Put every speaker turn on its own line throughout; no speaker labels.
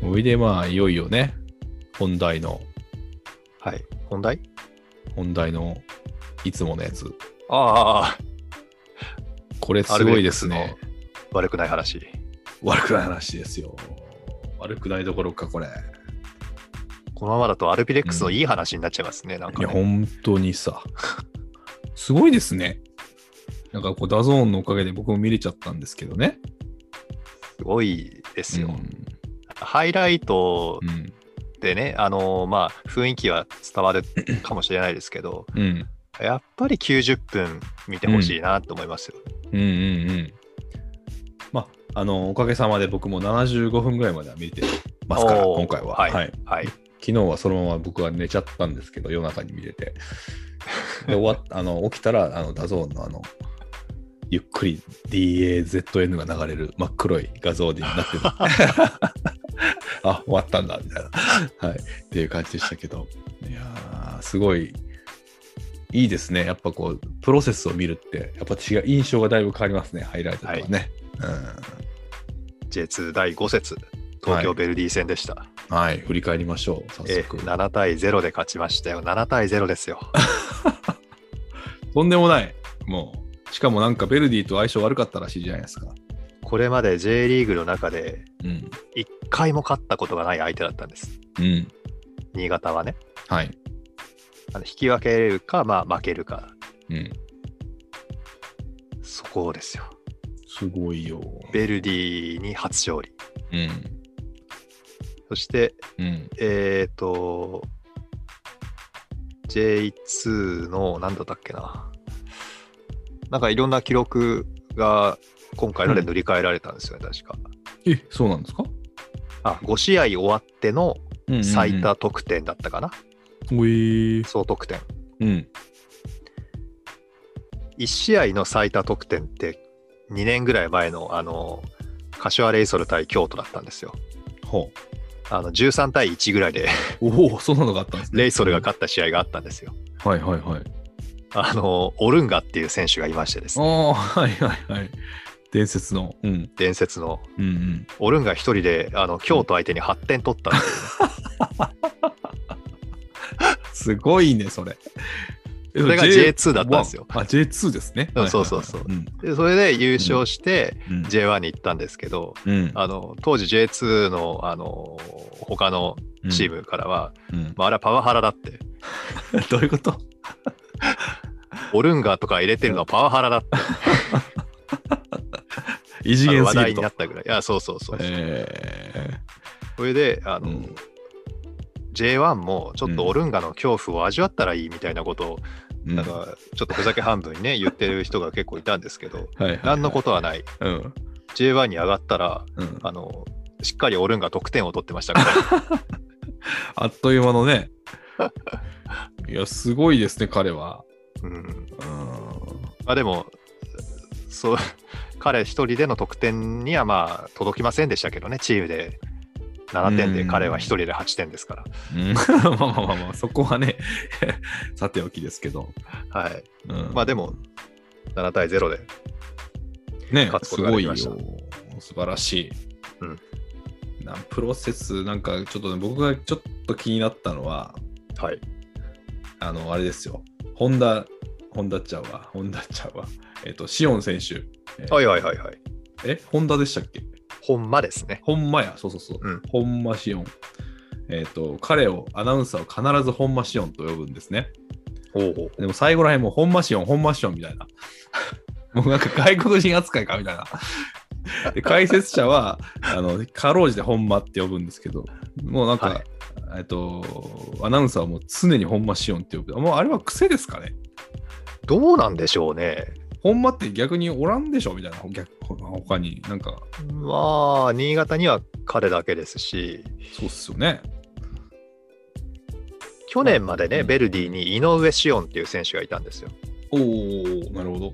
ほいで、まあ、いよいよね、本題の、
はい。本題
本題の、いつものやつ。
ああ、
これすごいですね。
悪くない話。
悪くない話ですよ。悪くないどころか、これ。
このままだとアルビレックスのいい話になっちゃいますね。なん
い
か
や、
ね、
本当にさ、すごいですね。なんかこう、ダゾーンのおかげで僕も見れちゃったんですけどね。
すごいですよ。
うん
ハイライト
うん。
でね、あのーまあ、雰囲気は伝わるかもしれないですけど、
うん。
やっぱり90分見てほしいなと思いますよ。
うんうんうん。まあ、あの、おかげさまで僕も75分ぐらいまでは見てますから、
おー
今回は。
はいはい。
昨日はそのまま僕は寝ちゃったんですけど、夜中に見れて。で、終わ っあの起きたら、あの、ダゾーンのあの、ゆっくり DAZN が流れる真っ黒い画像にな ってた。 あ、終わったんだ、みたいな。はい。っていう感じでしたけど。いやー、すごい、いいですね。やっぱこう、プロセスを見るって、やっぱ違う、印象がだいぶ変わりますね、ハイライトとはね。
J2 第5節、東京ベルディ戦でした。
うん。はい。振り返りましょう、早
ええ
速。
7対0で勝ちましたよ。7対0ですよ。
とんでもない。もう。しかもなんかベルディと相性悪かったらしいじゃないですか。
これまで J リーグの中で
うん。
1回も勝ったことがない相手だったんです。
うん。
新潟はね。
はい。
あの引き分けるか、まあ、負けるか、
うん。
そこですよ。
すごいよ。
ベルディに初勝利。
うん。
そして、
うん。
えっ、と、J2 の何だったっけな。なんかいろんな記録が今回ので塗り替えられたんですよね、確か。
え、そうなんですか
あ、5試合終わっての最
うん
多得点だったかな、
うんうん。おえー
総得点。
うん。
1試合の最多得点って2年ぐらい前の、あの、柏レイソル対京都だったんですよ。
ほう。
あの13対1ぐらいで
おお、そんなのがあったんですね。
レイソルが勝った試合があったんですよ。
はいはいはい。
あの、オルンガっていう選手がいましてですね、
ああ、はいはいはい。伝説の。うん。
伝説の
うんうん。
オルンガ一人であの京都相手に8点取った んですよ
すごいね、それ。そ
れが J2 だったんですよ
あ、J2 ですね。
うんそうそうそう
うん。
でそれで優勝して
うん。
J1 に行ったんですけど、
うん
あの当時 J2 のあの他のチー。ムからは、
うん
まあ、あれはパワハラだって、
うんどういうこと
オルンガとか入れてるのはパワハラだって
異次
あの
元
話
すぎ
題
る
に
と
なっ。たぐらい。いやそうそうそうそう。
え
それであの、
うん
J1 もちょっとオルンガの恐怖を味わったらいいみたいなことを、
ー
なんかちょっとふざけ半分にね言ってる人が結構いたんですけど、
うんはいはいはい
何のことはない。
うん。
J1 に上がったら、
うん
あの、しっかりオルンが得点を取ってまし たから、
あっという間の ね。いや、すごいですね、彼は。
うん、
うん。
まあでも、そう、彼一人での得点にはまあ届きませんでしたけどね、チームで7点で
うん
彼は一人で8点ですから。
うんまあまあまあまあ、そこはね、 さておきですけど。
はい。
うん
まあでも、7対0で、
ね
勝つ
す
ことが
ご
で
い
き
よ
ました
素晴らしい、
うん
なプロセスなんかちょっとね僕がちょっと気になったのは
はい。
あのあれですよ本田本田ちゃんは本田ちゃんはえっ、とシオン選手
はいはいはいはい。
え本田でしたっけ
ほんまですね。
本間やそうそうそう、
うん
本間シオンえっ、と彼をアナウンサーを必ず本間シオンと呼ぶんですね
ほうほう
でも最後らへんもう、ほんましよん、ほんましよんみたいな。 もうなんか外国人扱いかみたいな。で解説者は、あの、かろうじてほんまって呼ぶんですけど、もうなんか、
はい
えっと、アナウンサーはもう常にほんましよんって呼ぶ。もうあれは癖ですかね。
どうなんでしょうね。
ほんまって逆におらんでしょみたいな、逆他に。なんか、
まあ、新潟には彼だけですし、
そうっすよね。
去年までね、
うん
ベルディに井上紫音っていう選手がいたんですよ。
おー、なるほど。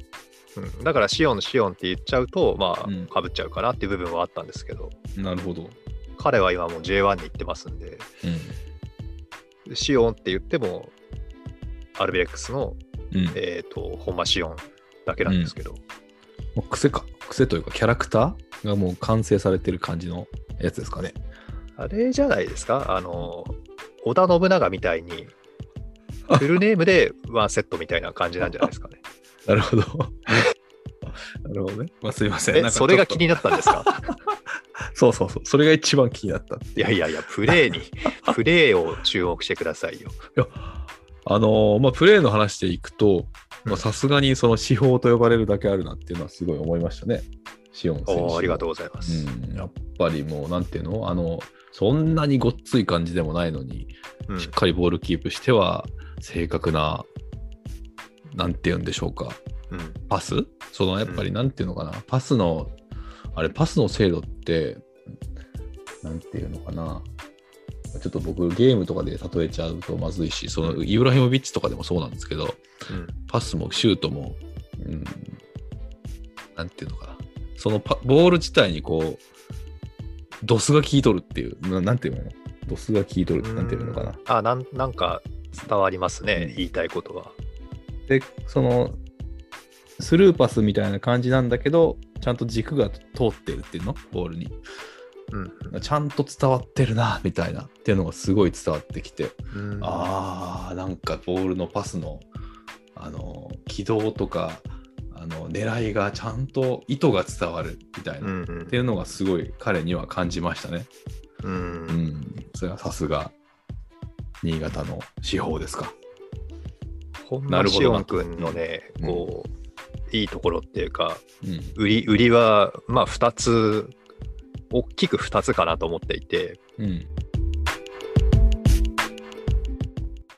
うん、だからシオンシオンって言っちゃうとま
うん
あかぶっちゃうかなっていう部分はあったんですけど、
なるほど。
彼は今もう J1 に行ってますんでシオンって言ってもアルビレックス
う
の、
ん。うん
えー、と本間シオンだけなんですけど、
まあ癖か。癖というか、キャラクターがもう完成されてる感じのやつですかね。
あれじゃないですか、あの、織田信長みたいに、フルネー ムでワンセットみたいな感じなんじゃないですかね。
なるほど。なるほどね。まあ、すいません。 なん
え、
か
それが
ちょ
気
っと
になったんですか
そうそうそう。それが一番気になったって
いやいやいや、プレーに、プレーを注目してくださいよ。
あのーまあ、プレーの話でいくと、
うん
まあさすがにその指標と呼ばれるだけあるなっていうのはすごい思いましたね。シオン選手
お
も。
ーありがとう
う
ございます。
ん、やっぱりもう、なんていうのあの、そんなにごっつい感じでもないのに、
うん
しっかりボールキープしては、正確な、なんていうんでしょうか、
うん
パスそのやっぱ
う
りなんていうのかな、パスの、あれ、パスの精度って、なんていうのかな、ちょっと僕、ゲームとかで例えちゃうとまずいし、そのイブラヒモビッチとかでもそうなんですけど、
うん
パスもシュートも、うん、なんていうのかな、そのパボール自体にこう、ドスが効いとるっていう、ななんていうのかな、ドスが効いとるって、なんていうのかな。
あなんなんか伝わりますね、
うん
言いたいことは。
でそのスルーパスみたいな感じなんだけどちゃんと軸が通ってるっていうのボールに
うん
ちゃんと伝わってるなみたいなっていうのがすごい伝わってきて、
うん
あーなんかボールのパスのあの軌道とかあの狙いがちゃんと意図が伝わるみたいな、
う
っ
ん
ていうのがすごい彼には感じましたね
う、
うんんそれはさすが新潟の司法ですか
ほん
な
ま
るほ
シ
ど
オ
な
ン君のね、
うん
こういいところっていうか
うん
売り売りはまあ2つ大きく2つかなと思っていて
うん